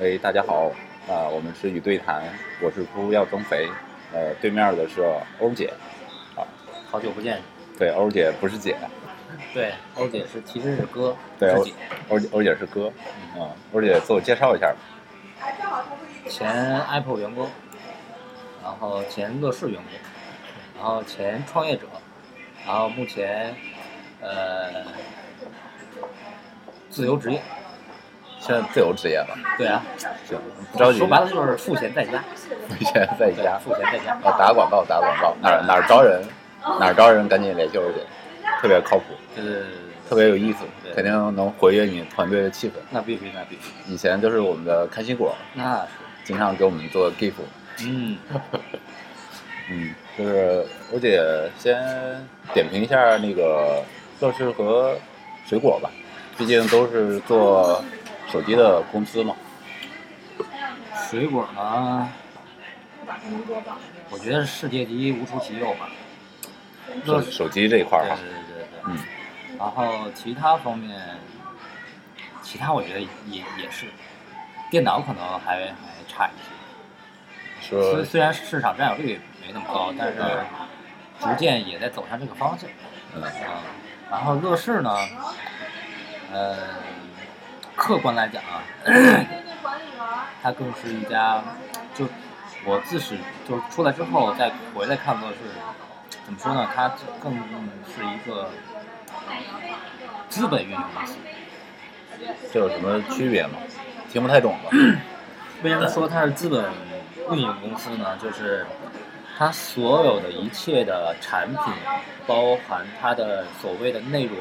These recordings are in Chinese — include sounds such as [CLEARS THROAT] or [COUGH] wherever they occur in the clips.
喂，哎大家好，啊、我们是与对谈，我是猪要增肥，呃，对面的是欧姐，好久不见，对，欧姐不是姐，对，欧姐是其实是哥，对自己欧欧姐是哥，嗯，欧姐自我介绍一下吧，前 Apple 员工，然后前乐视员工，然后前创业者，然后目前呃自由职业，现在自由职业了，对啊，行，不着急，说白了就是赋闲在家， [COUGHS] 现在在对家，赋闲在家，啊，打广告打广告，哪儿哪儿招人哪儿招人，赶紧联系欧姐，特别靠谱，就是特别有意思，对肯定能活跃你团队的气氛。那必须那必须，以前就是我们的开心果，那是，经常给我们做 GIF，嗯，嗯，就是欧姐先点评一下那个乐视和水果吧，毕竟都是做手机的公司嘛。水果呢，我觉得世界第一无出其右吧，手乐手机这一块儿对啊，对对对对，嗯。然后其他方面，其他我觉得也也是，电脑可能还还差一些。说虽虽然市场占有率没那么高，但是逐渐也在走向这个方向。嗯啊，然后乐视呢，呃，客观来讲啊，它更是一家，就我自始就是出来之后再回来看乐视，怎么说呢？它更是一个资本运营公司。这有什么区别吗？听不太懂了。为什么说它是资本运营公司呢？就是它所有的一切的产品，包含它的所谓的内容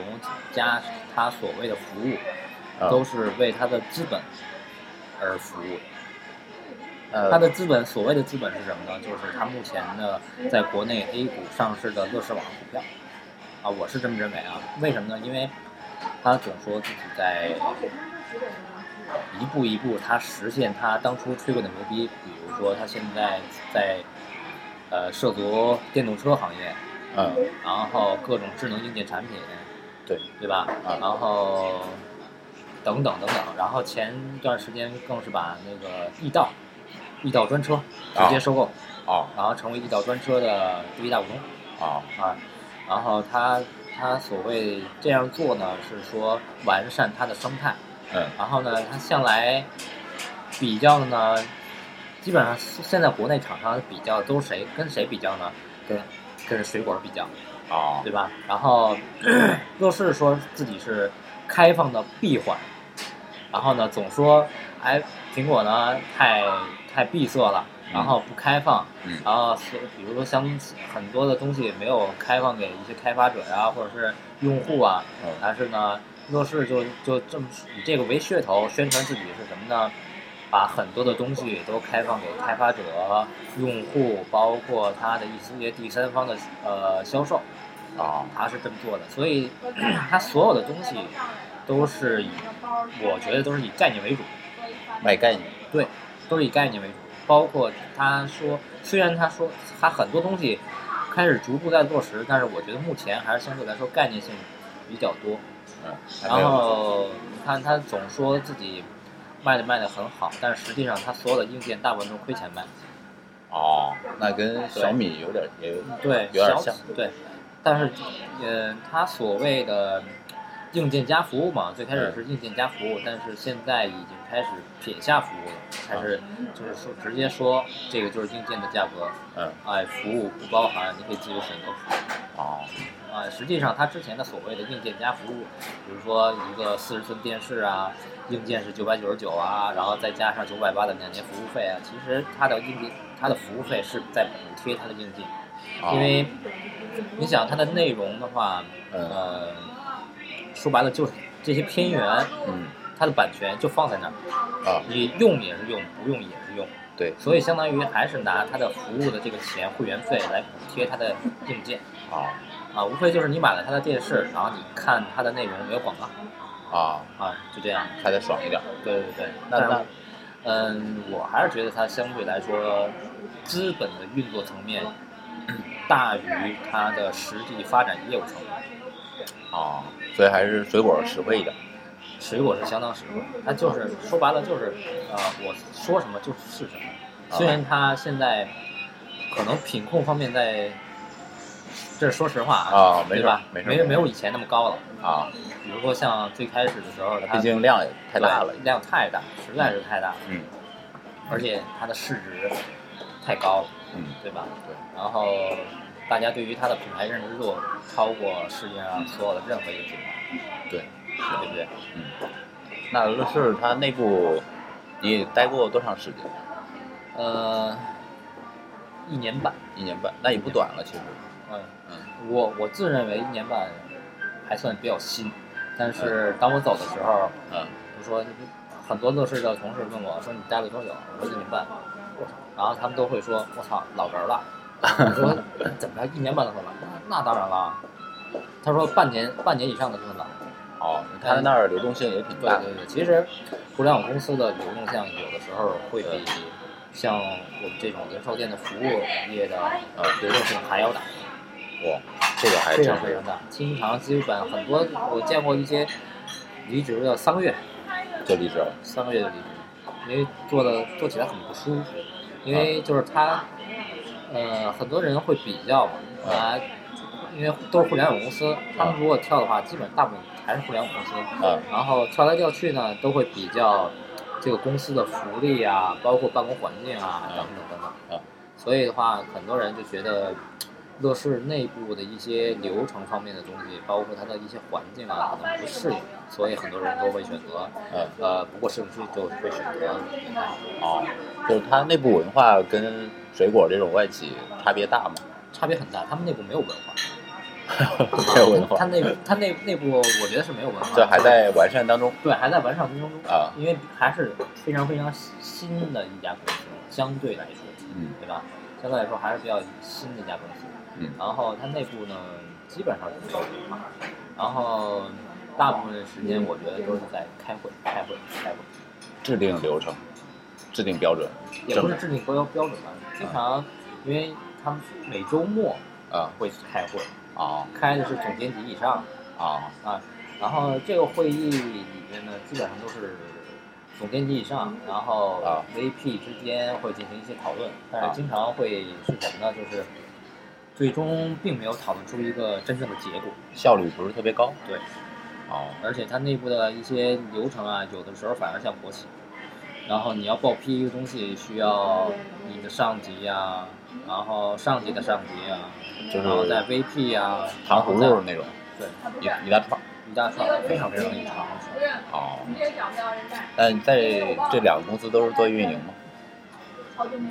加它所谓的服务，啊嗯都是为它的资本而服务的。它呃，的资本，所谓的资本是什么呢？就是它目前的在国内 A 股上市的乐视网股票啊，我是这么认为啊。为什么呢？因为他总说自己在一步一步，他实现他当初吹过的牛逼，比如说他现在在呃涉足电动车行业，嗯，然后各种智能硬件产品，对，对吧？啊然后等等等等，然后前段时间更是把那个易道易道专车直接收购，哦然后成为易道专车的第一大股东哦，啊。然后他他所谓这样做呢，是说完善它的生态。嗯然后呢，它向来比较的呢，基本上现在国内厂商比较都是谁跟谁比较呢？跟跟水果比较，哦对吧？然后 [CLEARS THROAT] 乐视说自己是开放的闭环，然后呢总说哎苹果呢太太闭塞了，然后不开放，嗯然后所比如说像很多的东西没有开放给一些开发者呀、或者是用户啊，嗯但是呢，乐视就就这么以这个为噱头宣传自己是什么呢？把很多的东西都开放给开发者、用户，包括它的一些第三方的呃销售，哦，它是这么做的。所以它所有的东西都是以，我觉得都是以概念为主，卖概念。对，都是以概念为主。包括他说，虽然他说他很多东西开始逐步在落实，但是我觉得目前还是相对来说概念性比较多。嗯，还没然有后你看他总说自己卖的卖的很好，但实际上他所有的硬件大部分都亏钱卖。哦，那跟小米有点也有对，有点小像。对，但是呃，他所谓的硬件加服务嘛，最开嗯始是硬件加服务，但是现在已经开始撇下服务了，开始就是说直接说这个就是硬件的价格，嗯，哎，服务不包含，你可以自由选择服务。哦，啊，实际上它之前的所谓的硬件加服务，比如说一个四十寸电视啊，硬件是九百九十九啊，然后再加上九百八的两年服务费啊，其实它的硬件它的服务费是在补贴它的硬件，哦因为你想它的内容的话，嗯呃，说白了就是这些片源，嗯它的版权就放在那儿，啊，你用也是用，不用也是用，对，所以相当于还是拿它的服务的这个钱会员费来补贴它的硬件。啊啊，无非就是你买了他的电视，然后你看他的内容没有广告啊，啊，就这样。还得爽一点。对对对，那但是那嗯，我还是觉得它相对来说，资本的运作层面大于它的实际发展业务层面。啊，所以还是水果实惠一点。水果是相当实惠，它就是说白了就是，呃，我说什么就是什么。虽然它现在可能品控方面在，这是说实话啊没对事吧？没事没没事没有以前那么高了。啊，比如说像最开始的时候，它毕竟量也太大了对，量太大，实在是太大了，嗯而且它的市值太高了，嗯，对吧？对。然后大家对于它的品牌认知度超过世界上所有的任何一个品牌，对。对不对？那乐视它内部你待过多长时间？啊呃，一年半，一年半，那也不短了，其实。嗯，嗯我我自认为一年半还算比较新，但是当我走的时候，嗯比如说很多乐视的同事问我说你待了多久？我说一年半，然后他们都会说我操老人了，我说怎么着一年半都很老？那那当然了，他说半年半年以上的就很老。哦，它那儿流动性也挺对大。嗯对对，其实互联网公司的流动性有的时候会比像我们这种零售店的服务业的呃嗯，流动性还要大，哇，这个还非真常非是常大。经常基本很多我见过一些离职的三个月，就离职了。三个月就离职，因为做的做起来很不舒服，因为啊就是他，呃，很多人会比较嘛，啊，因为都是互联网公司，他们如果跳的话，基本大部分还是互联网公司，嗯然后跳来跳去呢，都会比较这个公司的福利啊，包括办公环境啊，等等等等。嗯所以的话，很多人就觉得乐视内部的一些流程方面的东西，包括它的一些环境啊，可能不适应，所以很多人都会选择嗯，呃，不过市区就会选择平台，哦，就是它内部文化跟水果这种外企差别 [LAUGHS] 大吗？差别很大。他们内部没有文化，没有文他化，内部他内内部我觉得是没有文 [LAUGHS] 化，这还在完善当中对还在完善当中，啊。因为还是非常非常新的一家公司，相对来说，嗯对吧？相对来说还是比较新的一家公司。嗯然后它内部呢，基本上是没有文化，然后大部分时间我觉得都是在开会、开会、开会，制定流程，制定标准也不是制定国标标准吧，经常因为他们每周末啊会开会，啊开的是总监级以上啊啊。然后这个会议里面呢，基本上都是总监级以上，然后啊 VP 之间会进行一些讨论，但啊是经常会是什么呢？就是最终并没有讨论出一个真正的结果。效率不是特别高。对，哦而且它内部的一些流程啊，有的时候反而像国企。然后你要报批一个东西，需要你的上级呀、然后上级的上级呀、就是然后在啊 VP 呀、糖葫然后芦在那种对一一大串。一大串非常非常一长。哦，但在这两个公司都是做运营嘛，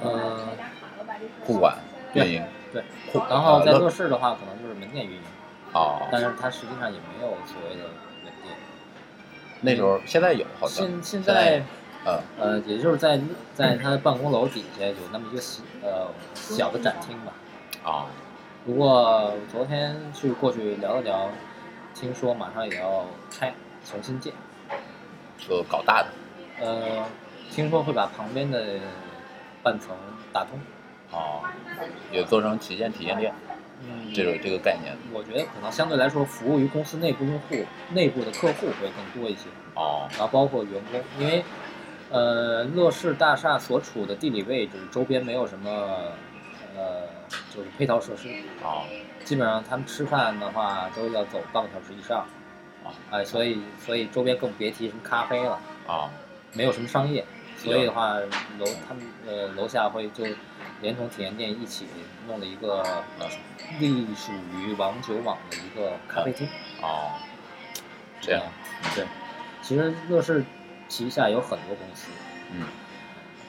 呃，互管运营。对互，然后在呃乐视的话，可能就是门店运营，但哦，是它实际上也没有所谓的门店。那时候现在有好像，现现现在在呃呃，也就是在在它的办公楼底下有那么一个小呃小的展厅吧。啊不过昨天去过去聊了聊，听说马上也要拆，重新建。就搞大的呃，听说会把旁边的半层打通。哦，也做成旗舰体验店嗯，这种这个概念我觉得可能相对来说，服务于公司内部用户、内部的客户会更多一些，哦然后包括员工，因为呃，乐视大厦所处的地理位置周边没有什么呃，就是配套设施，哦基本上他们吃饭的话都要走半个小时以上，啊哎，所以所以周边更别提什么咖啡了，哦没有什么商业，所以的话楼他们呃楼下会就连同体验店一起弄了一个呃隶属于网九网的一个咖啡厅。啊哦，这样嗯对，其实乐视旗下有很多公司，嗯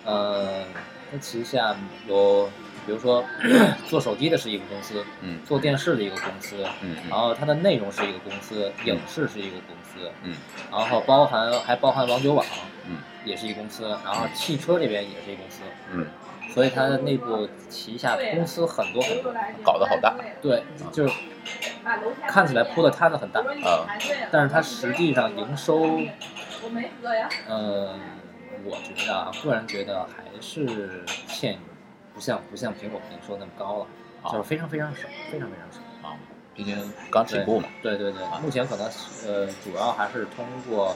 呃，它旗下有比如说 [CLEARS THROAT] 做手机的是一个公司，嗯做电视的一个公司，嗯然后它的内容是一个公司，影视是一个公司，嗯然后包含还包含网九网，嗯，也是一公司，然后汽车这边也是一公司，嗯所以它的内部旗下公司很多很多，搞得好大对，嗯就是看起来铺的摊子很大，啊呃但是它实际上营收，我没喝呀。呃，我觉得啊，个人觉得还是欠，不像不像苹果营收那么高了，啊就是非常非常少，非常非常少。啊，毕竟刚起步嘛，对对对啊，目前可能呃主要还是通过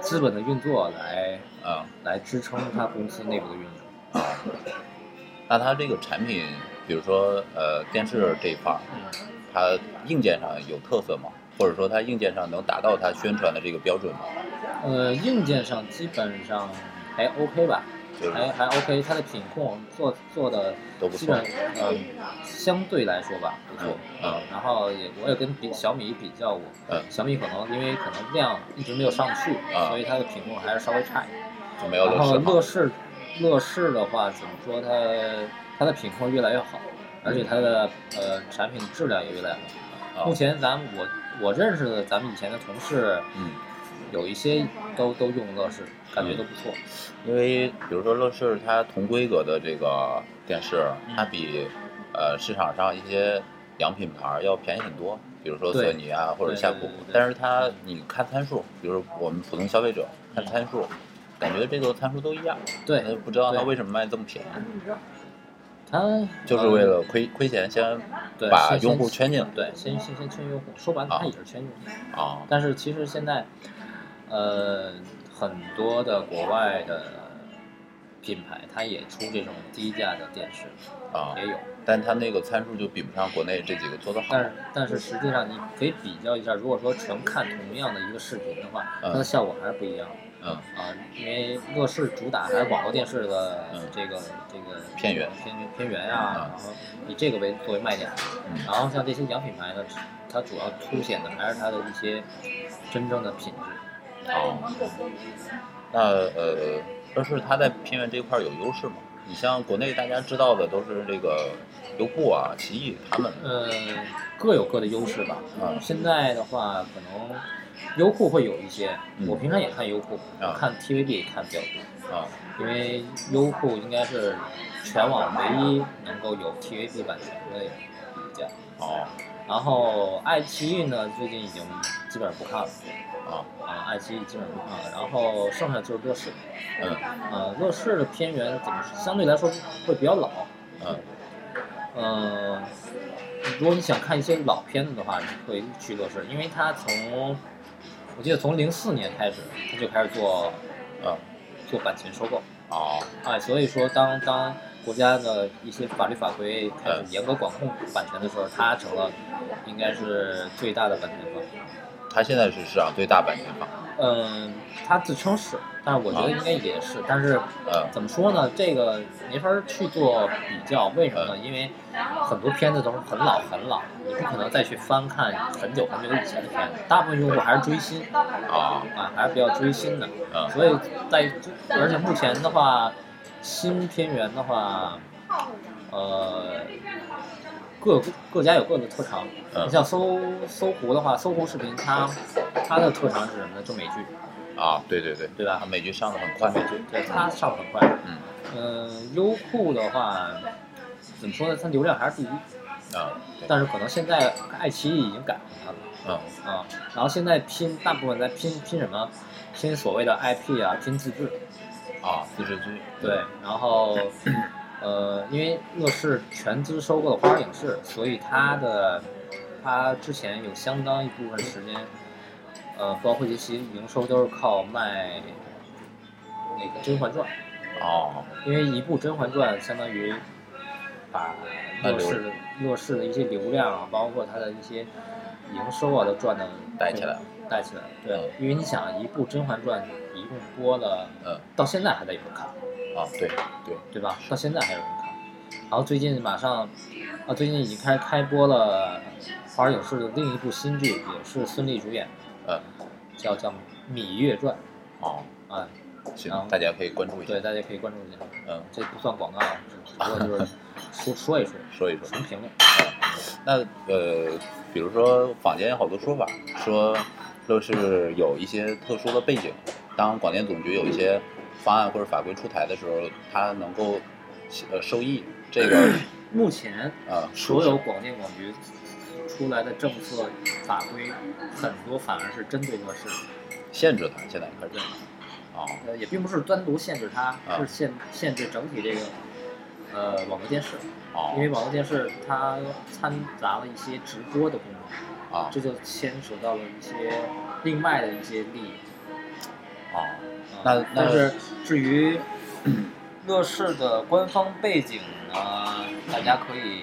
资本的运作来啊来支撑它公司内部的运营。啊。那它这个产品，比如说呃电视这一块儿，嗯，它硬件上有特色吗？或者说它硬件上能达到它宣传的这个标准吗？呃，硬件上基本上还 OK 吧，就是还还 OK，它的品控做做的都不基错本呃相对来说吧不错。嗯然后也我也跟比小米比较过，嗯小米可能因为可能量一直没有上去，啊所以它的品控还是稍微差一点。就没有然后乐视乐好。视，乐视的话怎么说它它的品控越来越好，嗯而且它的呃产品质量也越来越好。啊目前咱们我我认识的咱们以前的同事，嗯，有一些都都用乐视，感觉都不错。因为比如说乐视它同规格的这个电视，嗯它比呃市场上一些洋品牌要便宜很多，比如说对索尼啊或者对夏对普对对，但是它你看参数，比如我们普通消费者看参数，感觉这个参数都一样，对那，不知道它对为什么卖这么便宜，嗯它嗯就是为了亏亏钱先对把先用户先圈进来对先先先圈用户，说白了啊它也是圈用户。啊，但是其实现在，呃，很多的国外的品牌，它也出这种低价的电视，啊，也有。但它那个参数就比不上国内这几个做的好但是但是实际上，你可以比较一下，如果说纯看同样的一个视频的话，它嗯的效果还是不一样的嗯啊。因为乐视主打还是网络电视的嗯这个这个偏远偏偏远呀，嗯啊然后以这个为作为卖点。嗯然后像这些洋品牌呢，它主要凸显的还是它的一些真正的品质。啊。那呃，乐视它在偏远这一块儿有优势吗？你像国内大家知道的都是这个优步啊、奇异他们呃，各有各的优势吧。啊现在的话，可能优酷会有一些，嗯我平常也看优酷，啊看 TVB 看比较多。啊因为优酷应该是全网唯一能够有 TVB 版权的一家。哦然后爱奇艺呢，最近已经基本上不看了啊啊，爱奇艺基本上不看了。然后剩下就是乐视，嗯呃，乐视的片源怎么说相对来说会比较老，嗯呃，如果你想看一些老片子的话，你会去乐视，因为它从我记得从零四年开始，它就开始做嗯做版权收购。哦啊，所以说当当国家的一些法律法规开始严格管控版权的时候，它成了应该是最大的版权方。它现在是市场最大版权方，嗯，它自称是，但是我觉得应该也是，但是嗯怎么说呢？这个没法儿去做比较，为什么呢？因为很多片子都是很老很老，你不可能再去翻看很久很久以前的片子，大部分用户还是追新啊啊，还是比较追新的。嗯所以在而且目前的话，新片源的话，呃，各各家有各的特长。嗯你像搜搜狐的话，搜狐视频它它的特长是什么呢？就美剧，啊对对对对吧它美剧上的很快美剧，对它上得很快。嗯嗯、优酷的话，怎么说呢？它流量还是第一，啊对但是可能现在爱奇艺已经赶上它了。嗯啊，然后现在拼大部分在拼拼什么？拼所谓的 IP 啊，拼自制。啊自制剧对，然后呃，因为乐视全资收购了花儿影视，所以它的它之前有相当一部分时间，呃，包括这些营收都是靠卖那个《甄嬛传哦》，因为一部《甄嬛传》相当于把那乐流视的乐视的一些流量啊，包括它的一些营收啊，都赚的带起来了带起来了。对，因为你想，一部《甄嬛传》一共播了，嗯到现在还在有人看。啊对对对吧？到现在还有人看。然后最近马上，啊，最近已经开开播了华尔影视的另一部新剧，也是孙俪主演，嗯叫叫《芈月传哦》啊。行大家可以关注一下对，大家可以关注一下。嗯这不算广告，啊只不过就是说说一说，说一说。纯评论。那呃，比如说坊间有好多说法，说乐视有一些特殊的背景，当广电总局有一些方案或者法规出台的时候，它能够呃受益。这个目前啊，所有广电广局出来的政策法规，很多反而是针对乐视，限制它现在开始对，啊呃，也并不是单独限制它，啊是限限制整体这个呃网络电视。因为啊网络电视它掺杂了一些直播的功能，啊这就牵扯到了一些另外的一些利益。哦，那那呃但是至于乐视的官方背景呢，大家可以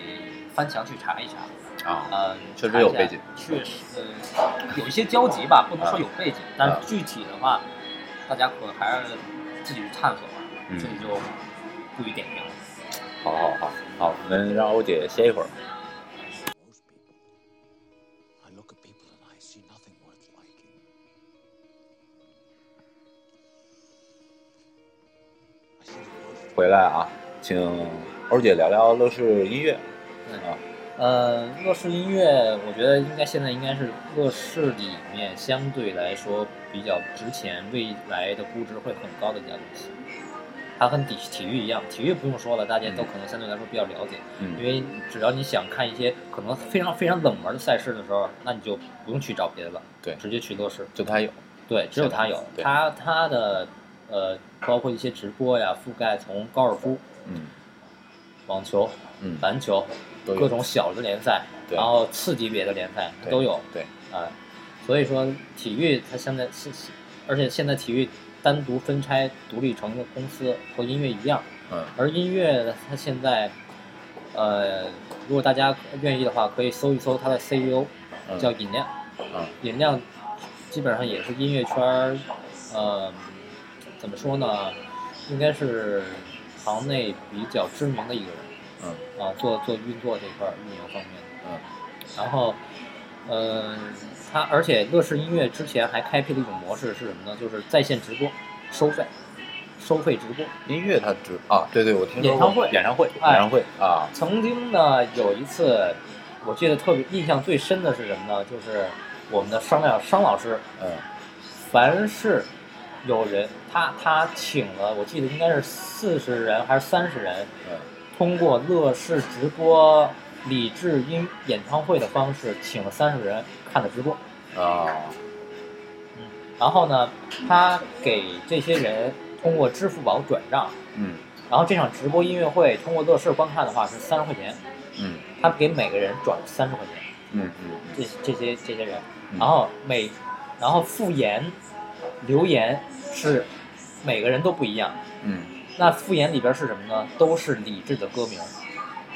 翻墙去查一查。啊，嗯，确实查一有下背景，确实呃有一些交集吧，不能说有背景，但是啊具体的话，大家可还是自己去探索吧，嗯这里就不予点评了。好好好好，我们让欧姐歇一会儿。 Most people. I look at people and I see nothing worth liking. I see the worth 回来啊，请欧姐聊聊乐视音乐。啊呃，乐视音乐，我觉得应该现在应该是乐视里面相对来说比较值钱、未来的估值会很高的一家公司。它跟体体育一样，体育不用说了，大家都可能相对来说比较了解，因嗯为只要你想看一些可能非常非常冷门的赛事的时候，那你就不用去找别的了，对直接去乐视。就他有，对，只有它有，对它它的呃，包括一些直播呀，覆盖从高尔夫、嗯网球、嗯，篮球都有各种小的联赛，对然后次级别的联赛对都有。对，啊、所以说体育它现在是，是而且现在体育单独分拆独立成一个公司，和音乐一样。嗯而音乐它现在，呃，如果大家愿意的话，可以搜一搜它的 CEO，嗯叫尹亮。嗯尹亮基本上也是音乐圈儿，呃，怎么说呢，应该是行内比较知名的一个人。嗯啊，做做运作这块儿运营方面的。嗯然后，呃，它而且乐视音乐之前还开辟了一种模式是什么呢？就是在线直播，收费，收费直播。音乐他只啊，对对，我听说演唱过会演唱会，哎演唱会啊，曾经呢有一次，我记得特别印象最深的是什么呢？就是我们的商量商老师，嗯凡是有人他他请了，我记得应该是四十人还是三十人，嗯通过乐视直播李志英演唱会的方式，请了三十人看的直播。嗯啊，然后呢，他给这些人通过支付宝转账，嗯然后这场直播音乐会通过乐视观看的话是三十块钱，嗯他给每个人转了三十块钱，嗯嗯这这些这些人嗯，然后每然后复言留言是每个人都不一样。嗯，那复言里边是什么呢？都是李志的歌名。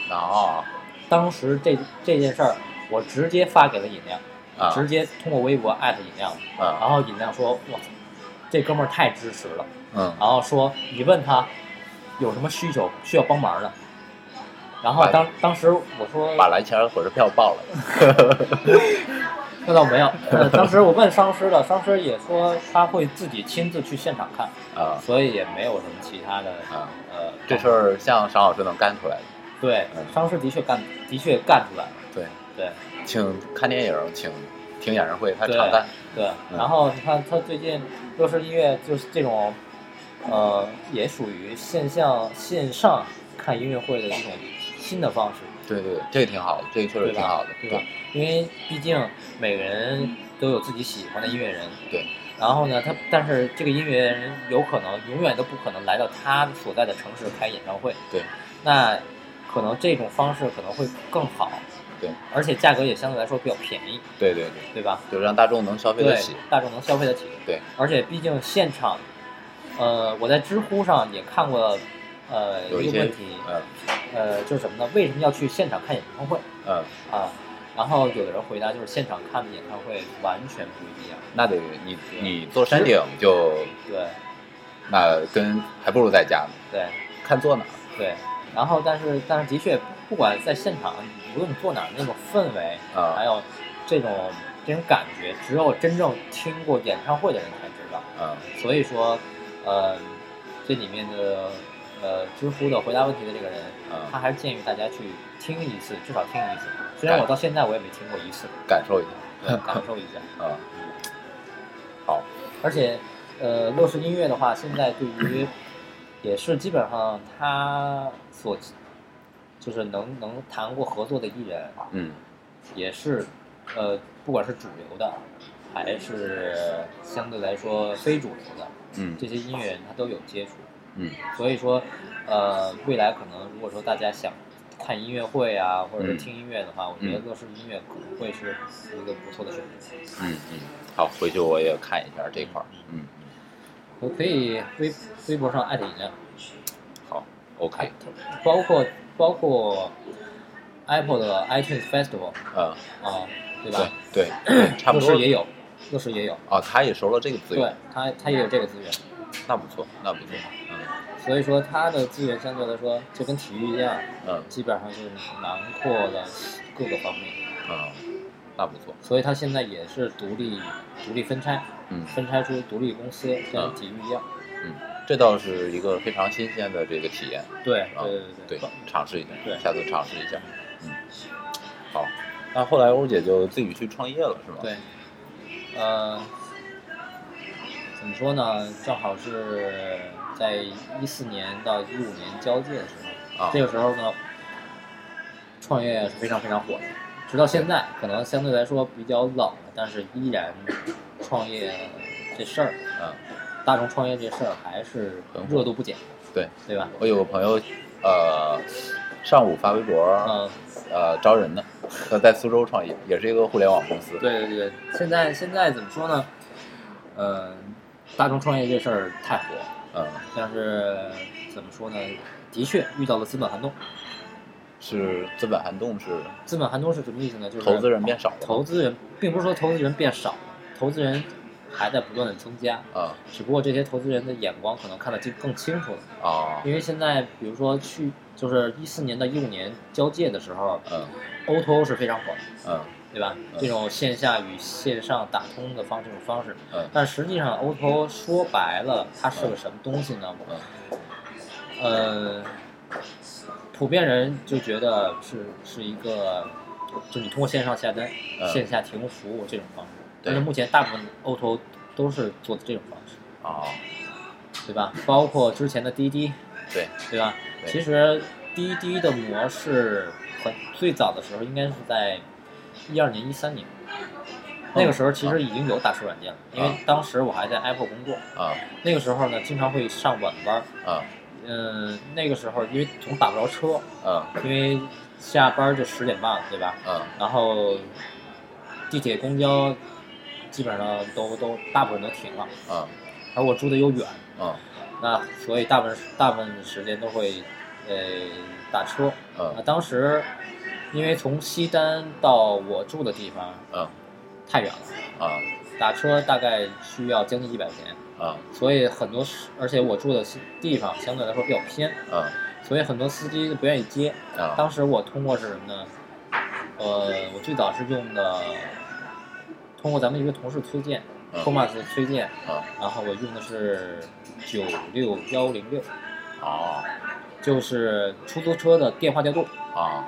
然后当时这这件事儿，我直接发给了尹亮，啊直接通过微博艾特尹亮了，啊然后尹亮说：“我操，这哥们儿太支持了。”嗯然后说你问他有什么需求需要帮忙的。然哎后当当时我说把来钱儿火车票报了，那倒没有，呃，当时我问商师了，商师也说他会自己亲自去现场看，啊所以也没有什么其他的啊，呃这事儿像邵老师能干出来的，对嗯商师的确干的确干出来了，对，对请看电影，请听演唱会，他对常干，对。嗯然后你看他最近乐视音乐就是这种，呃，也属于线下线上看音乐会的一种新的方式。对对，对这个挺好的，这个确实对挺吧？好的，对吧？因为毕竟每个人都有自己喜欢的音乐人，对。然后呢，他但是这个音乐人有可能永远都不可能来到他所在的城市开演唱会，对。那可能这种方式可能会更好，对。而且价格也相对来说比较便宜，对对对，对吧？就让大众能消费得对起，大众能消费得起。对，而且毕竟现场，呃，我在知乎上也看过，呃，有一一个些问题，嗯呃，就是什么呢？为什么要去现场看演唱会？嗯，啊，然后有的人回答就是现场看的演唱会完全不一样，那得你你坐山顶就对那跟还不如在家呢，对看坐哪儿，对，然后但是但是的确，不管在现场，无论你坐哪儿，那种氛围，啊还有这种这种感觉，只有真正听过演唱会的人才知道。嗯所以说，呃，这里面的呃知乎的回答问题的这个人，嗯他还是建议大家去听一次，至少听一次。虽然对我到现在我也没听过一次，感受一对感受一下。下啊，而且，呃，乐视音乐的话，现在对于也是基本上他所就是能能谈过合作的艺人，嗯也是呃，不管是主流的，还是相对来说非主流的，嗯这些音乐人他都有接触。嗯所以说，呃，未来可能如果说大家想看音乐会啊，或者是嗯听音乐的话，我觉得乐视音乐可能会是一个不错的选择。嗯嗯，好，回去我也看一下这块儿，嗯我可以微微博上艾特一啊嗯下，哎好，OK，包括包括 Apple 的 iTunes Festival 嗯，啊，对吧？对 [COUGHS] 对，差不乐多视也有，乐视也有，啊，他也收了这个资对源，它它也有这个资源，那不错，那不错，嗯所以说它的资源相对来说就跟体育一样，嗯基本上就是囊括了各个方面，嗯，那不错，所以它现在也是独立独立分拆，嗯，分拆出独立公司，跟嗯体育一样。这倒是一个非常新鲜的这个体验，对啊对对对，尝试一下，对下次尝试一下，嗯，好，那后来欧姐就自己去创业了，是吗？，对，呃，怎么说呢？正好是在一四年到一五年交界的时候，啊这个时候呢，创业是非常非常火的，直到现在可能相对来说比较冷了，但是依然创业这事儿，嗯，大众创业这事儿还是很火热度不减，对对吧？我有个朋友，呃，上午发微博，嗯，呃，招人呢，他在苏州创业，也是一个互联网公司，对对对，现在现在怎么说呢？呃，大众创业这事儿太火了。嗯，但是怎么说呢？的确遇到了资本寒冬。是资本寒冬，是资本寒冬是什么意思呢？就是投资人变少了吗，投资人并不是说投资人变少了，投资人还在不断的增加，啊只不过这些投资人的眼光可能看得清更清楚了。啊，因为现在，比如说去就是一四年到一五年交界的时候嗯，O to O 是非常火的，嗯对吧？这种线下与线上打通的方这种方式，嗯但实际上 O to O 说白了，它是个什么东西呢？嗯呃，普遍人就觉得是是一个，就你通过线上下单、嗯线下提供服务这种方式。对但是目前大部分 O to O 都是做的这种方式，啊，对吧？包括之前的滴滴，对，对吧？对其实滴滴的模式很最早的时候应该是在一二年、一三年。那个时候其实已经有打车软件了，因为啊当时我还在 Apple 工作，啊那个时候呢经常会上晚班儿，啊嗯，那个时候因为总打不着车，啊因为下班就十点半了，对吧？啊然后地铁、公交基本上都都大部分都停了，啊而我住的又远，啊那所以大部分大部分时间都会呃打车。啊，啊当时因为从西单到我住的地方啊太远了，啊打车大概需要将近一百块钱，啊所以很多时而且我住的地方相对来说比较偏，啊所以很多司机都不愿意接。啊当时我通过是什么呢？呃，我最早是用的，通过咱们一个同事推荐嗯，Thomas 的推荐，啊然后我用的是九六幺零六，啊就是出租车的电话调度啊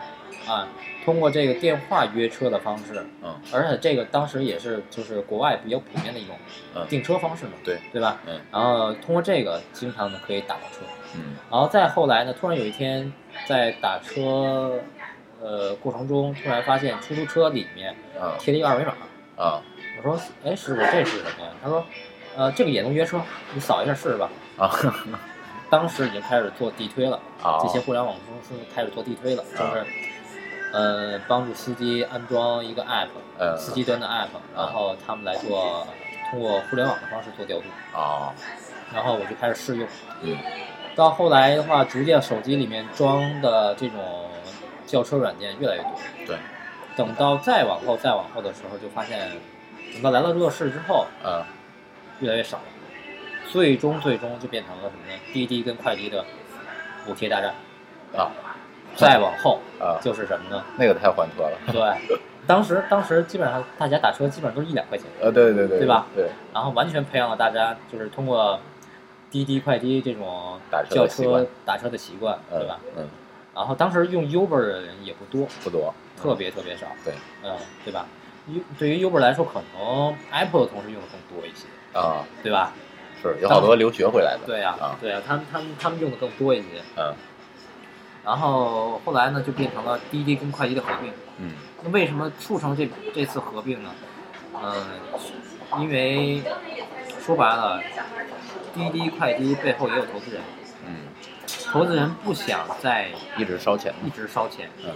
啊，通过这个电话约车的方式，嗯而且这个当时也是就是国外比较普遍的一种嗯订车方式嘛，对对吧？嗯然后通过这个经常的可以打到车，嗯然后再后来呢，突然有一天在打车呃过程中，突然发现出租车里面啊贴了一个二维码。啊我说：“哎，师傅，这是什么呀？”他说：“呃，这个也能约车，你扫一下试试吧。啊”当时已经开始做地推了，啊这些互联网公司开始做地推了，就是呃帮助司机安装一个 app，呃司机端的 app，然后他们来做通过互联网的方式做调度，啊然后我就开始试用。嗯到后来的话，逐渐手机里面装的这种叫车软件越来越多。对等到再往后、再往后的时候，就发现，等到来到乐视之后，啊越来越少了。最终，最终就变成了什么呢？滴滴跟快滴的补贴大战。啊再往后啊，就是什么呢？那个太欢脱了，对，当时当时基本上大家打车基本上都是一两块钱，呃对对对对吧？对然后完全培养了大家就是通过滴滴、快滴这种打车叫的习惯车打车的习惯，嗯对吧？嗯然后当时用 Uber 的人也不多，不多特别特别少。对，嗯，对吧？U 对于 Uber 来说，可能 Apple 的同事用的更多一些，啊对吧？是有好多留学回来的对呀、啊对呀、他们他们他们用的更多一些。嗯然后后来呢，就变成了滴滴跟快滴的合并。嗯那为什么促成这这次合并呢？呃，因为说白了，滴滴、快滴背后也有投资人，嗯投资人不想再一直烧钱一直烧钱。嗯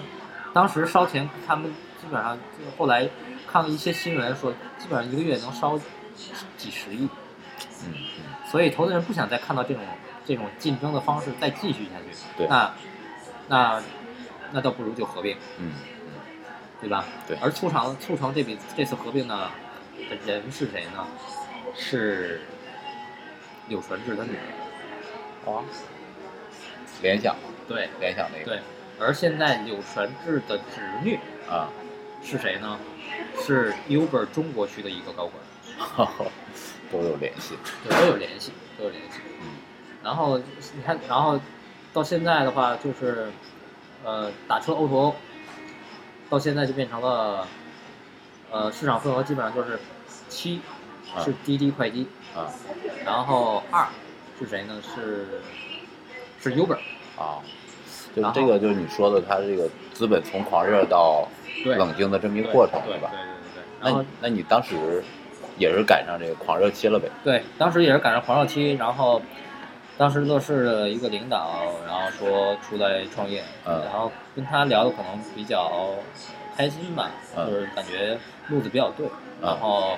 当时烧钱，他们基本上就后来看了一些新闻说，基本上一个月能烧几十亿。嗯所以投资人不想再看到这种这种竞争的方式再继续下去。对那那那倒不如就合并，嗯对吧？对而促成促成这笔这次合并呢的人是谁呢？是柳传志他女儿。嗯，啊，联想对联想那个对，而现在柳传志的侄女啊， [LAUGHS] 是谁呢？是 Uber 中国区的一个高管，都有联系，对，都有联系，都有联系。嗯然后你看，然后到现在的话，就是呃打车 O to O，到现在就变成了呃市场份额基本上就是七啊是滴滴快滴，啊然后二是谁呢？是是 Uber，啊，就然后这个就是你说的，它这个资本从狂热到对，冷哎静的这么一对个过程，对吧？对对对。那然后你那你当时也是赶上这个狂热期了呗？对，当时也是赶上黄少期，然后当时乐视的一个领导，然后说出来创业，嗯然后跟他聊的可能比较开心吧，嗯就是感觉路子比较对，然后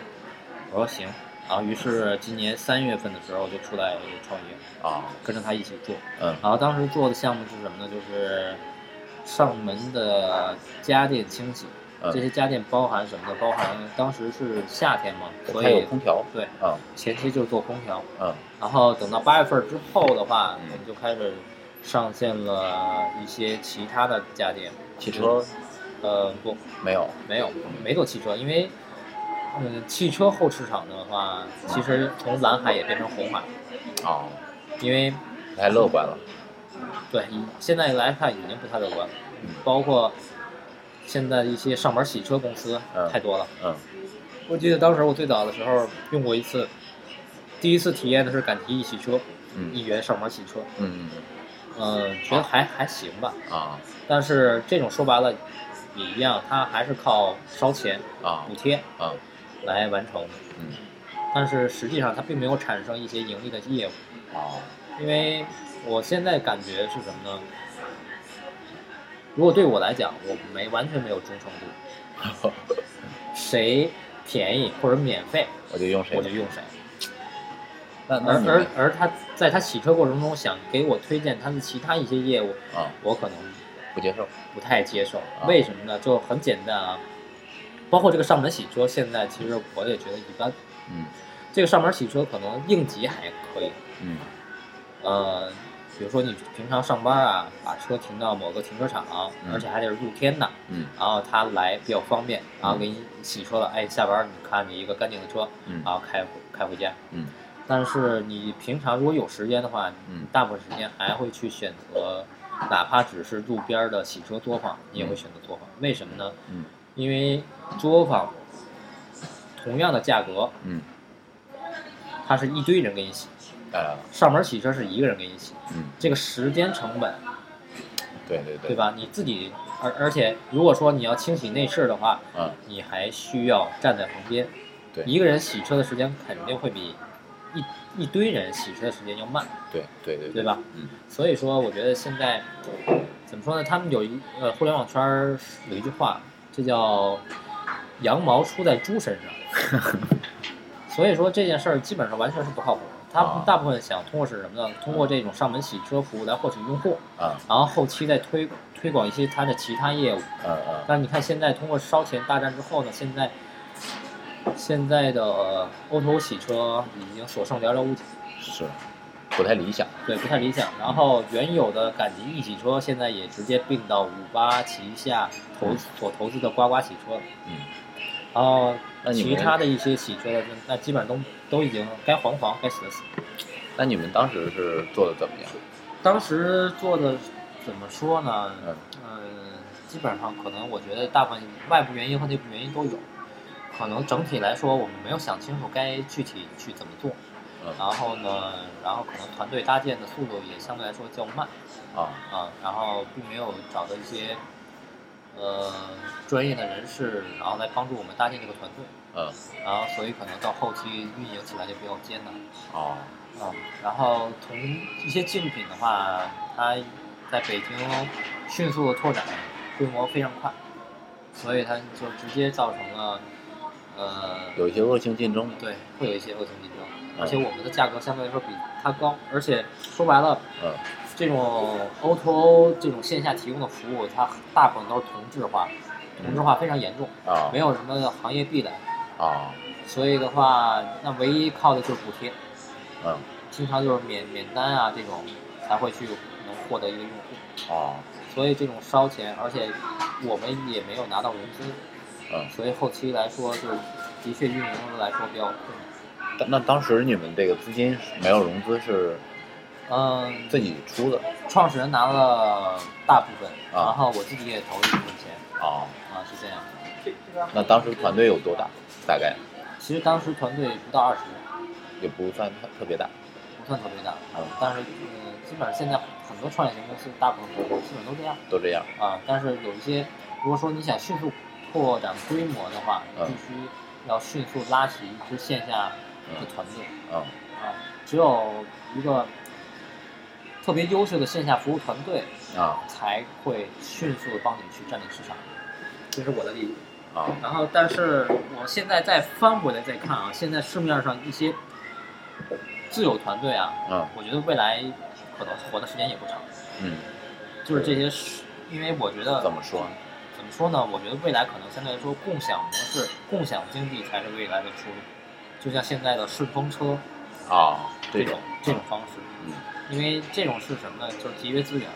我说行，然后于是今年三月份的时候就出来创业，啊，跟着他一起做，嗯然后当时做的项目是什么呢？就是上门的家电清洗。嗯这些家电包含什么呢？包含当时是夏天嘛，所它有以空调，对嗯前期就是做空调，嗯然后等到八月份之后的话，嗯我们就开始上线了一些其他的家电，汽车，呃，不，没有，没有，没做汽车，因为，嗯，汽车后市场的话，其实从蓝海也变成红海，啊，因为太乐观了，对以现在来看已经不太乐观了嗯，包括现在一些上门洗车公司嗯太多了。嗯我记得当时我最早的时候用过一次，第一次体验的是赶提一洗车，嗯一元上门洗车，嗯呃，觉得还还行吧。嗯啊但是这种说白了也一样，它还是靠烧钱啊补贴啊来完成。嗯但是实际上它并没有产生一些盈利的业务，啊因为我现在感觉是什么呢？如果对我来讲，我没完全没有忠诚度，谁便宜或者免费我就嗯用谁我呢就？用谁。那那而你而而他在他洗车过程中想给我推荐他的其他一些业务，啊我可能不接受不太接受。为什么呢？就很简单啊，包括这个上门洗车，现在其实我也觉得一般。嗯这个上门洗车可能应急还可以，嗯呃，比如说你平常上班啊，把车停到某个停车场，嗯而且还得是露天的，嗯然后他来比较方便，然后给你洗车了，哎，下班你看你一个干净的车，嗯然后开回开回家。嗯但是你平常如果有时间的话，嗯你大部分时间还会去选择，哪怕只是路边的洗车作坊，你也会选择作坊。为什么呢？嗯因为作坊同样的价格，嗯它是一堆人给你洗，啊上门洗车是一个人给你洗，嗯这个时间成本，对对对对？吧？你自己，而而且如果说你要清洗内饰的话，嗯你还需要站在旁边，对一个人洗车的时间肯定会比一一堆人洗车的时间要慢，对对对对吧？嗯所以说，我觉得现在怎么说呢？他们有一呃，互联网圈儿有一句话，这叫“羊毛出在猪身上” 。 [LAUGHS] 所以说这件事儿基本上完全是不靠谱的。他啊们大部分想通过是什么呢？通过这种上门洗车服务来获取用户，啊然后后期再推推广一些他的其他业务。嗯嗯但你看现在通过烧钱大战之后呢，现在现在的呃 O2O 洗车已经所剩寥寥无几。是不太理想对，不太理想。然后原有的赶集一洗车，现在也直接并到五八旗下投所投资的呱呱洗车了。嗯然后那你们其他的一些洗车的，那基本上都都已经该黄黄，该死的死。那你们当时是做的怎么样？当时做的怎么说呢？嗯嗯，基本上可能我觉得大部分外部原因和内部原因都有，可能整体来说我们没有想清楚该具体去怎么做。嗯然后呢，然后可能团队搭建的速度也相对来说较慢。啊啊，然后并没有找到一些呃专业的人士，然后来帮助我们搭建这个团队，嗯然后所以可能到后期运营起来就比较艰难哦啊。然后从一些竞品的话，它在北京迅速的拓展，规模非常快，所以它就直接造成了呃嗯有一些恶性竞争嘛。对，会有一些恶性竞争，而且我们的价格相对来说比它高，而且说白了，嗯，这种 O to O 这种线下提供的服务，它大部分都是同质化，同质化非常严重，啊没有什么行业壁垒，啊，所以的话，那唯一靠的就是补贴，嗯经常就是免免单啊这种才会去能获得一个用户，啊所以这种烧钱，而且我们也没有拿到融资，嗯，所以后期来说就是的确运营来说比较困难。但那当时你们这个资金是没有融资是嗯，自己出的创始人拿了大部分，啊然后我自己也投了一部分钱，啊？啊，是这样。那当时团队有多大？大概其实当时团队不到二十，也不算特特别大。不算特别大，嗯但是嗯，基本上现在很多创业型公司大部分基本都这样都这样啊。但是有一些，如果说你想迅速扩展规模的话，嗯必须要迅速拉起一支线下的团队啊啊。只有一个特别优秀的线下服务团队，啊才会迅速的帮你去占领市场。这是我的理解。啊然后，但是我现在再翻回来再看啊，现在市面上一些自有团队啊，嗯我觉得未来可能活的时间也不长。嗯，就是这些是，因为我觉得怎么说？怎么说呢？我觉得未来可能相对来说，共享模式、共享经济才是未来的出路。就像现在的顺风车啊？这这种种这种方式，嗯因为这种是什么呢？就是节约资源，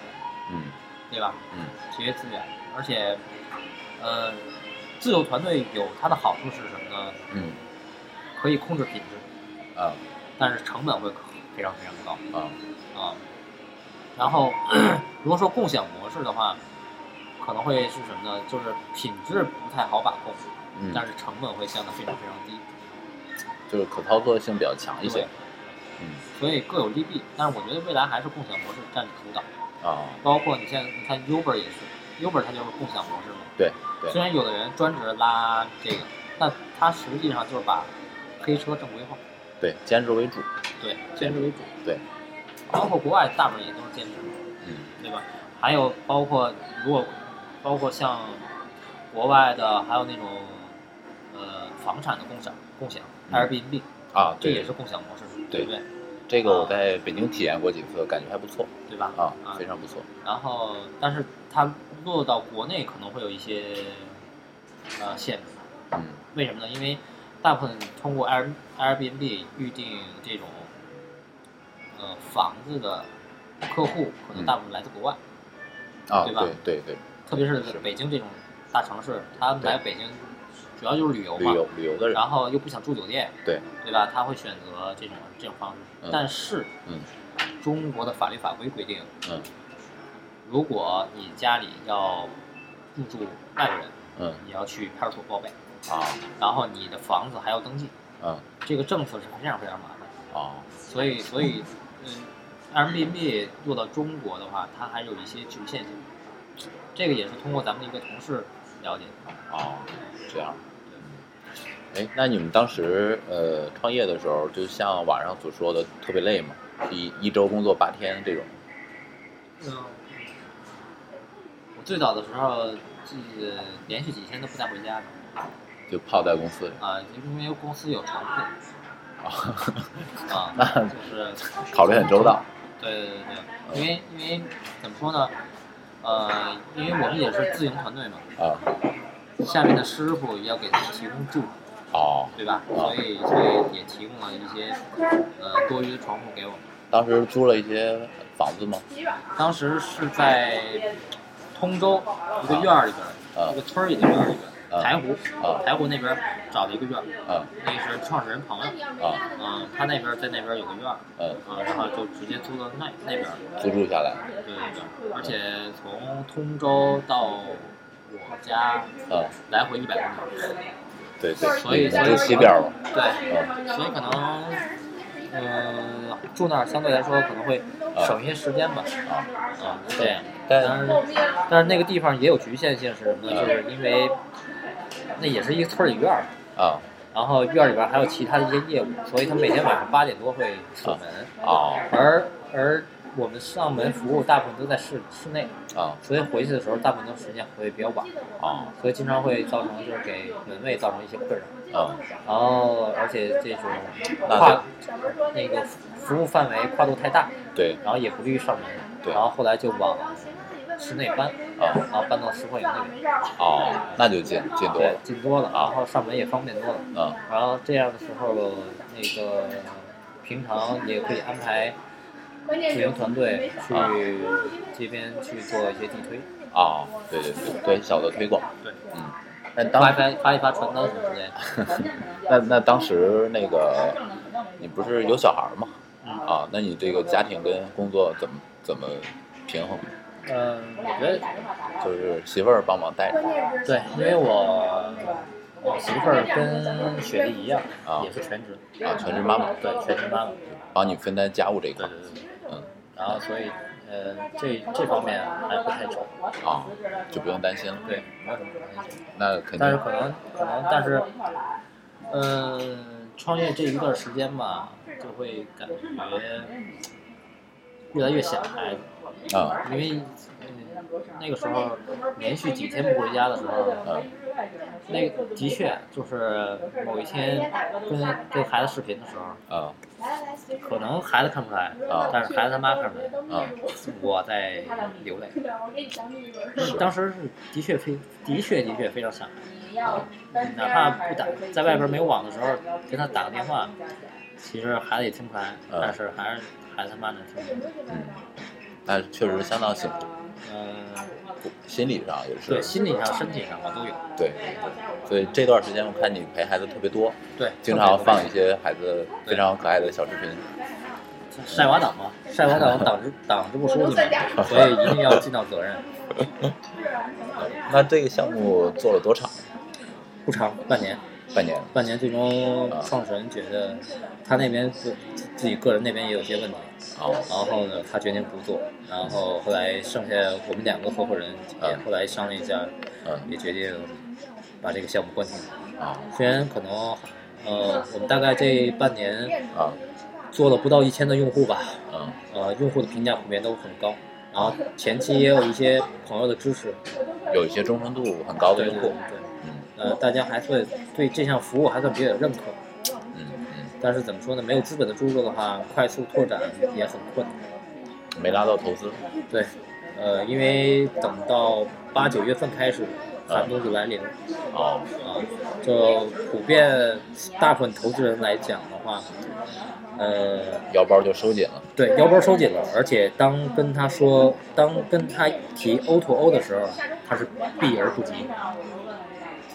嗯对吧？嗯节约资源，而且，呃，自有团队有它的好处是什么呢？嗯可以控制品质，啊但是成本会非常非常高啊啊。然后， [CLEARS THROAT] 如果说共享模式的话，可能会是什么呢？就是品质不太好把控，嗯，但是成本会降得非常非常低就是可操作性比较强一些对。嗯所以各有利弊。但是我觉得未来还是共享模式占主导，啊，包括你现在你看 Uber 也是，Uber 它就是共享模式嘛。对对虽然有的人专职拉这个，但他实际上就是把黑车正规化，对，兼职为主。对，兼职为主。对，包括国外大部分也都是兼职，嗯对吧？还有包括如果包括像国外的，还有那种呃房产的共享共享嗯 Airbnb，、啊，这对也是共享模式，对不对？这个我在北京体验过几次，感觉还不错对吧？啊啊，非常不错。然后，但是它落到国内可能会有一些呃限制，嗯为什么呢？因为大部分通过 Air Airbnb 预定这种呃房子的客户，可能嗯大部分来自国外，啊，对吧对对对，特别是是北京这种大城市，他们来北京主要就是旅游旅嘛，游旅游的人，然后又不想住酒店，对对吧？他会选择这种这种方式。嗯但是嗯中国的法律法规规定，嗯如果你家里要入住外国人，嗯你要去派出所报备，啊然后你的房子还要登记，嗯这个政策是非常非常麻烦的。啊所以，所以，嗯，Airbnb 做到中国的话，它还有一些局限性。这个也是通过咱们的一个同事了解的。啊，这样。嗯哎，那你们当时呃创业的时候，就像网上所说的特别累嘛，一一周工作八天这种嗯，我最早的时候，记得连续几天都不带回家的就泡在公司里啊，因为公司有常客啊， [LAUGHS] 啊，那就是考虑很周到。对对对对，因为因为怎么说呢？呃，因为我们也是自营团队嘛，啊下面的师傅也要给他们提供住宿哦，对吧？所以所以也提供了一些呃多余的床铺给我们。当时租了一些房子吗？当时是在通州一个院儿里边儿，啊一个村儿里的院儿里边儿，啊台湖啊台湖那边儿找了一个院儿，啊那是创始人朋友，啊嗯，他那边儿在那边儿有个院儿，嗯，啊，然后就直接租到那那边儿，租住下来对对对，而且从通州到我家啊，来回一百公里，对对，所以你们所以住西边了对，啊所以可能。嗯，住那儿相对来说可能会省一些时间吧，啊，啊，是这样。嗯但但是但是那个地方也有局限性是什么呢？就是因为那也是一个村里院儿，啊然后院儿里边嗯还有其他的一些业务，所以他每天晚上八点多会锁门。啊而而我们上门服务大部分都在室室内，啊所以回去的时候大部分都时间回比较晚，啊所以经常会造成就是给门卫造成一些困扰。啊，然后而且这种那跨那个服务范围跨度太大，对然后也不利于上门，对然后后来就往室内搬，啊然后搬到石灰营那边，哦，那就见见多对了，近多了，啊然后上门也方便多了。啊然后这样的时候，那个平常也可以安排主执营行团团队队啊去去这边去做一些地推，啊，对对对对，小的推广，对，嗯，那发一当发发一发传单什么之类的。那那当时那个你不是有小孩儿吗？嗯啊，那你这个家庭跟工作怎么怎么平衡？嗯，我觉得就是媳妇儿帮忙带着对，因为我我媳妇儿跟雪莉一样，啊也是全职，啊，全职妈妈对，全职妈妈，帮你分担家务这一块对对对。嗯然后所以，呃，这这方面还不太愁，啊，就不用担心了。对，没有什么担心。那肯但是定可能可能，但是，嗯，创业这一段时间吧，就会感觉越来越想孩子，啊因为、嗯、那个时候连续几天不回家的时候，啊那个的确就是某一天跟跟孩子视频的时候，啊可能孩子看不出来，啊但是孩子他妈看出来，啊我在流泪。是当时是的确非的确的确非常想，啊哪怕不打在外边没有网的时候，跟他打个电话，其实孩子也听不出来，嗯但是还是孩子他妈能听明白。那确实相当辛苦，嗯、心理上也对，是。心理上、身体上我都有。对，所以这段时间我看你陪孩子特别多，对，经常放一些孩子非常可爱的小视频。晒娃党嘛，晒娃党党支党支部书记嘛，所以一定要尽到责任。那这个项目做了多长？不长，半年，半年半年最终啊创始人觉得他那边自自己个人那边也有些问题，啊然后呢，他决定不做，然后后来剩下我们两个合伙人也嗯后来商量一下，嗯也决定把这个项目关停。啊虽然可能，呃，我们大概这半年啊做了不到一千的用户吧，嗯呃，用户的评价普遍都很高，然后前期也有一些朋友的支持，有一些忠诚度很高的对用对户对，，嗯呃，大家还算对这项服务还算比较有认可，嗯嗯，但是怎么说呢，没有资本的注入的话，快速拓展也很困难。没拉到投资，对，呃，因为等到八九月份开始，寒冬就来临了哦啊，就普遍大部分投资人来讲的话，呃，腰包就收紧了对，腰包收紧了，而且当跟他说，当跟他提 O to O 的时候，他是避而不及，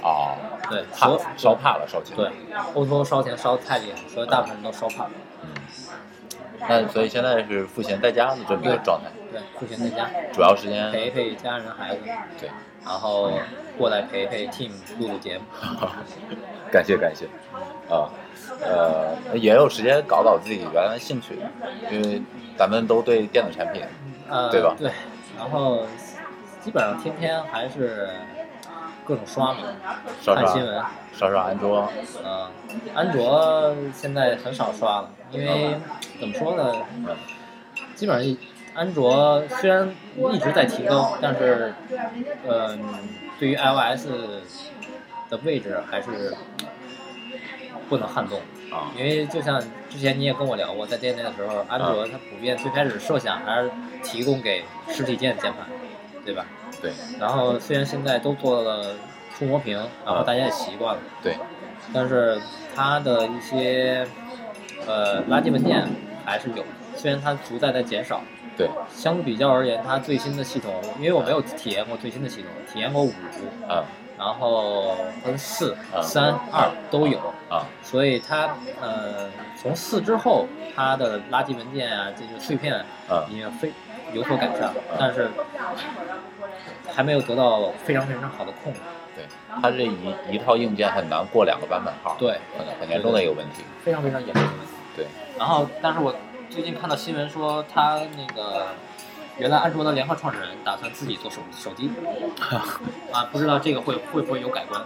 啊，对，怕所烧怕了烧钱，对 O to O 烧钱烧得太厉害，所以大部分人都烧怕了。嗯，那所以现在是赋闲在家的这么一个状态，对，赋闲在家主要时间陪陪家人孩子，嗯对，然后过来陪陪 team 录录节目。感谢感谢，啊，呃，也有时间搞搞自己原来的兴趣，因为咱们都对电子产品，呃，对吧对，然后基本上天天还是各种刷嘛，刷看刷新闻。刷刷安卓，嗯，安卓现在很少刷了，因为怎么说呢，基本上安卓虽然一直在提高，但是嗯，对于 iOS 的位置还是不能撼动。啊因为就像之前你也跟我聊过，在店内的时候，安啊卓它普遍最开始设想还是提供给实体店键盘，对吧？对然后虽然现在都做了触摸屏，然啊后大家也习惯了，对，但是它的一些呃垃圾文件还是有，虽然它逐代在减少。对，相比较而言，它最新的系统，因为我没有体验过最新的系统，体验过五，啊然后跟四、嗯三、二都有。啊所以它呃，从四之后，它的垃圾文件啊，这些碎片啊已经非有所改善，但是还没有得到非常非常好的控制，对，它这一一套硬件很难过两个版本号，对很很严重的一个问题，非常非常严重的问题。对，然后，但是我最近看到新闻说，他那个原来安卓的联合创始人打算自己做手手机， [LAUGHS] 啊，不知道这个会会不会有改观？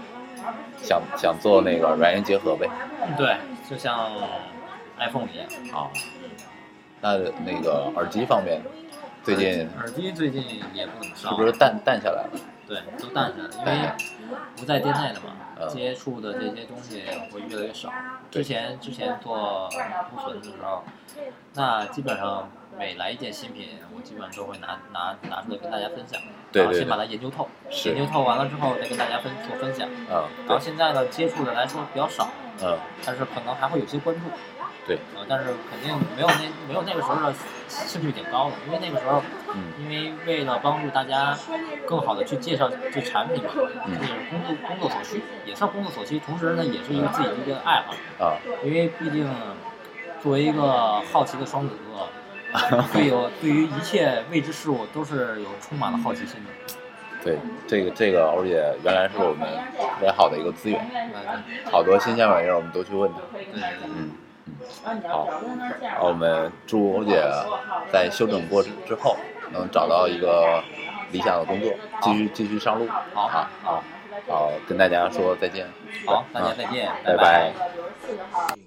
想想做那个软硬结合呗，对，就像 iPhone 一样。啊，那那个耳机方面，最近耳机最近也不怎么是上不，是淡淡下来了？对，都淡下来，因淡下为来不在店内了嘛，嗯接触的这些东西会越来越少。对之前之前做库存的时候，那基本上每来一件新品，我基本上都会拿拿拿出来跟大家分享，对然后对先对把它研究透，是研究透完了之后再跟大家分做分享。嗯，然对后，现在呢，接触的来说比较少，嗯，但是可能还会有些关注。对呃，但是肯定没有那没有那个时候的兴趣点高了，因为那个时候，嗯因为为了帮助大家更好的去介绍这产品嘛，嗯这是工作工作所需，也算工作所需，同时呢，也是一个自己的一个爱好，啊，因为毕竟作为一个 [LAUGHS] 好奇的双子座。对有对于一切未知事物都是有充满了好奇心的，对，这个这个欧姐原来是我们特别好的一个资源，好多新鲜玩意儿我们都去问她。对对对。嗯嗯，好，那我们祝欧姐在修整过之之后能找到一个理想的工作，继续继续上路。啊好好，好，好，跟大家说再见。好，大家再见，拜 [LAUGHS] 拜啊拜。六十四号。 Being